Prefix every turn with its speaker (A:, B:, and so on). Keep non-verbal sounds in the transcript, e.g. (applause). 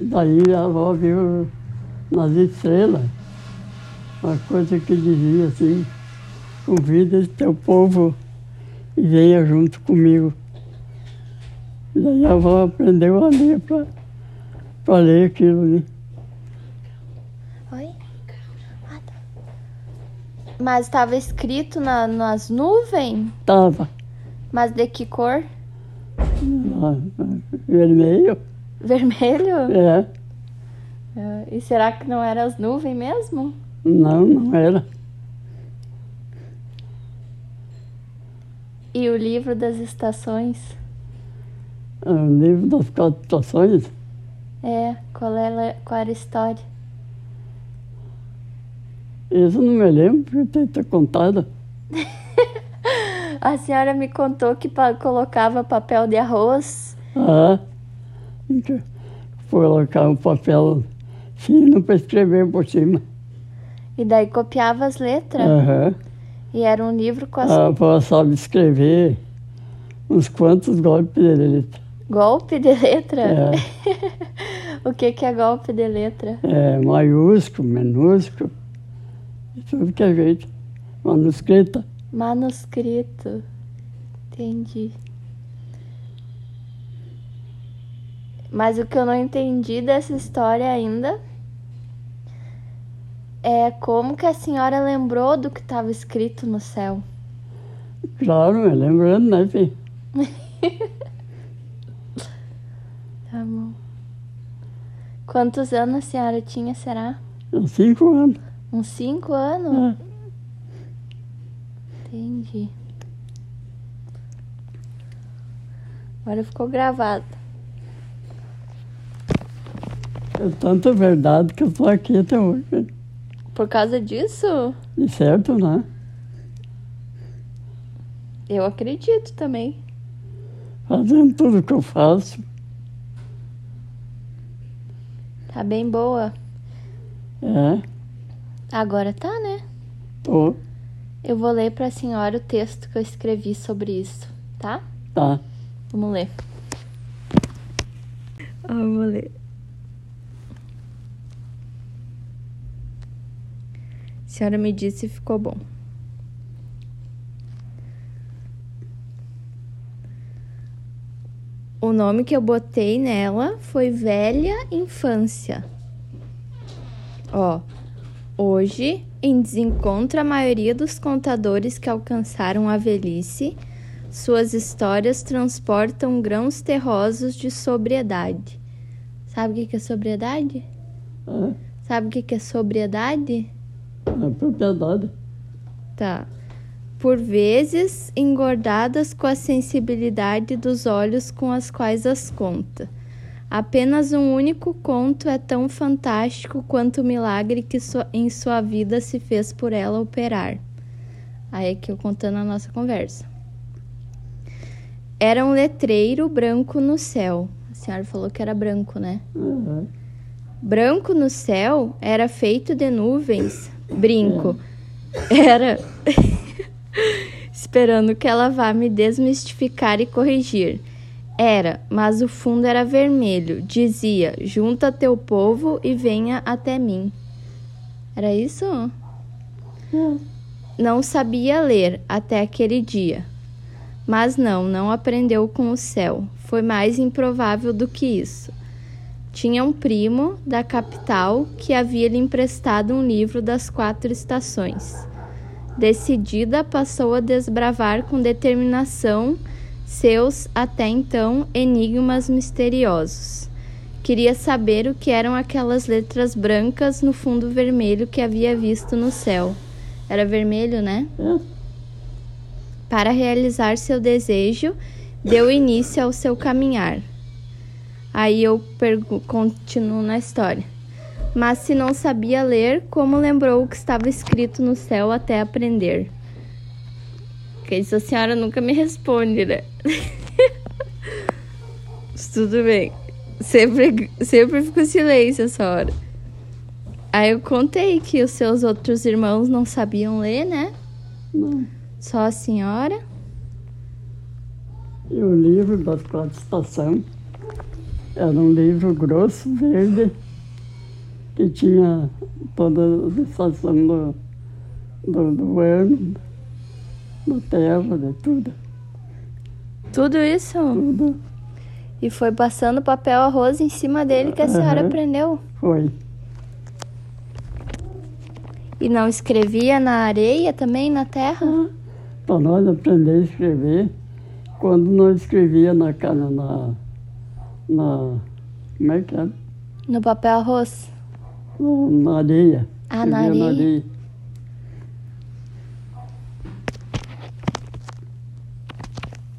A: Daí a avó viu nas estrelas uma coisa que dizia assim, convida esse teu povo e venha junto comigo. Daí a avó aprendeu a ler para ler aquilo né? ali.
B: Oi? Ah, tá. Mas estava escrito na- nas nuvens?
A: Tava
B: Mas de que cor? (laughs)
A: lá, né, vermelho,
B: Vermelho?
A: é.
B: Ah, E será que não eram as nuvens mesmo?
A: Não, não era.
B: E o livro das estações?
A: Era É, o livro das quatro estações.
B: É, qual era, qual era a história?
A: Isso eu não me lembro, porque eu tenho que ter contado.
B: A senhora me contou que pa- colocava papel de arroz.
A: Ah, então, colocar um papel fino para escrever por cima.
B: E daí copiava as letras.
A: Aham. Ah,
B: E era um livro com as
A: A avó sabe escrever uns quantos golpes de letra.
B: golpe de letra.
A: É.
B: (laughs) o que, que é golpe de letra?
A: É, maiúsculo, minúsculo, de tudo que é jeito. Manuscrita.
B: Manuscrito. Entendi. Mas o que eu não entendi dessa história ainda é como que a senhora lembrou do que estava escrito no céu.
A: Claro, me lembrando, né, filho?
B: Tá bom. Quantos anos a senhora tinha, será?
A: Há cinco anos.
B: Uns cinco anos?
A: Ah,
B: Entendi. Agora ficou gravado.
A: É tanta verdade que eu estou aqui até hoje.
B: Por causa disso,
A: De certo, né?
B: eu acredito também.
A: Fazendo tudo o que eu faço.
B: Tá bem boa.
A: É,
B: Agora tá, né?
A: tô,
B: Eu vou ler pra senhora o texto que eu escrevi sobre isso, tá?
A: tá.
B: Vamos ler. Ah, eu vou ler. A senhora me disse se ficou bom. O nome que eu botei nela foi Velha Infância. Ó, hoje, em desencontro à maioria dos contadores que alcançaram a velhice, suas histórias transportam grãos terrosos de sobriedade. Sabe o que que é sobriedade?
A: É.
B: Sabe o que que é sobriedade?
A: Na propriedade.
B: Tá. Por vezes engordadas com a sensibilidade dos olhos com as quais as conta. Apenas um único conto é tão fantástico quanto o milagre que sua- em sua vida se fez por ela operar. Aí é que eu contando a nossa conversa. Era um letreiro branco no céu. A senhora falou que era branco, né?
A: Aham.
B: Branco no céu era feito de nuvens. Brinco. Era. (laughs) Esperando que ela vá me desmistificar e corrigir. Era, mas o fundo era vermelho. Dizia: Junta teu povo e venha até mim. Era isso? Não sabia ler até aquele dia. Mas não, não aprendeu com o céu. Foi mais improvável do que isso. Tinha um primo da capital que havia lhe emprestado um livro das quatro estações. Decidida, passou a desbravar com determinação seus até então enigmas misteriosos. Queria saber o que eram aquelas letras brancas no fundo vermelho que havia visto no céu. Era vermelho, né?
A: É.
B: Para realizar seu desejo, deu início ao seu caminhar. Aí eu pergu- continuo na história. Mas se não sabia ler, como lembrou o que estava escrito no céu até aprender? Porque isso a senhora nunca me responde, né? (laughs) Mas Tudo bem. Sempre, sempre fico em silêncio essa hora. Aí eu contei que os seus outros irmãos não sabiam ler, né?
A: Não.
B: Só a senhora.
A: E o livro das quatro estações Era um livro grosso, verde, que tinha toda a estação do, do, do ano, da terra, de tudo.
B: Tudo isso?
A: Tudo
B: E foi passando papel arroz em cima dele que a senhora
A: Aham.
B: aprendeu.
A: foi.
B: E não escrevia na areia também, na terra?
A: Para nós aprender a escrever, quando não escrevia na cara, na, na. Como é que era?
B: No papel arroz?
A: Na, na areia.
B: Ah, na
A: Escrevia
B: areia.